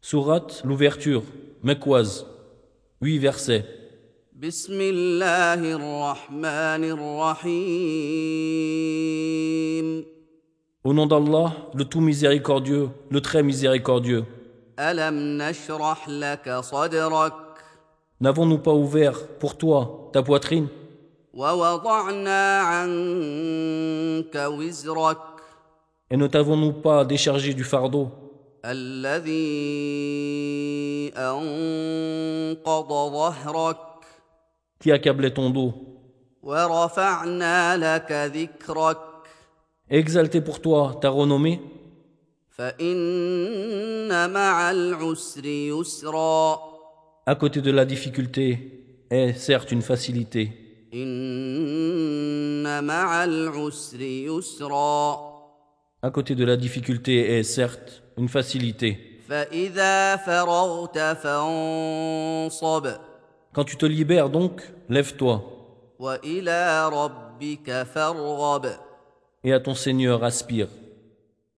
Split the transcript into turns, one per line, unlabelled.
Sourate, l'ouverture, Mekwaz, 8 versets.
بسم الله الرحمن الرحيم
Au nom d'Allah, le tout miséricordieux, le très miséricordieux,
ألم نشرح لك صدرك
n'avons-nous pas ouvert pour toi ta poitrine
ووضعنا عنك وزرك
et ne t'avons-nous pas déchargé du fardeau
الذي أنقض ظهرك
qui accablait ton dos
ورفعنا لك ذكرك
et exalté pour toi ta renommée
فإن مع العسر يسرا
À côté de la difficulté est certes une facilité.
إن مع العسر يسرا
À côté de la difficulté est certes une facilité.
فإذا فرغت فانصب
Quand tu te libères donc, lève-toi
وإلى ربك فارغب
et à ton Seigneur aspire.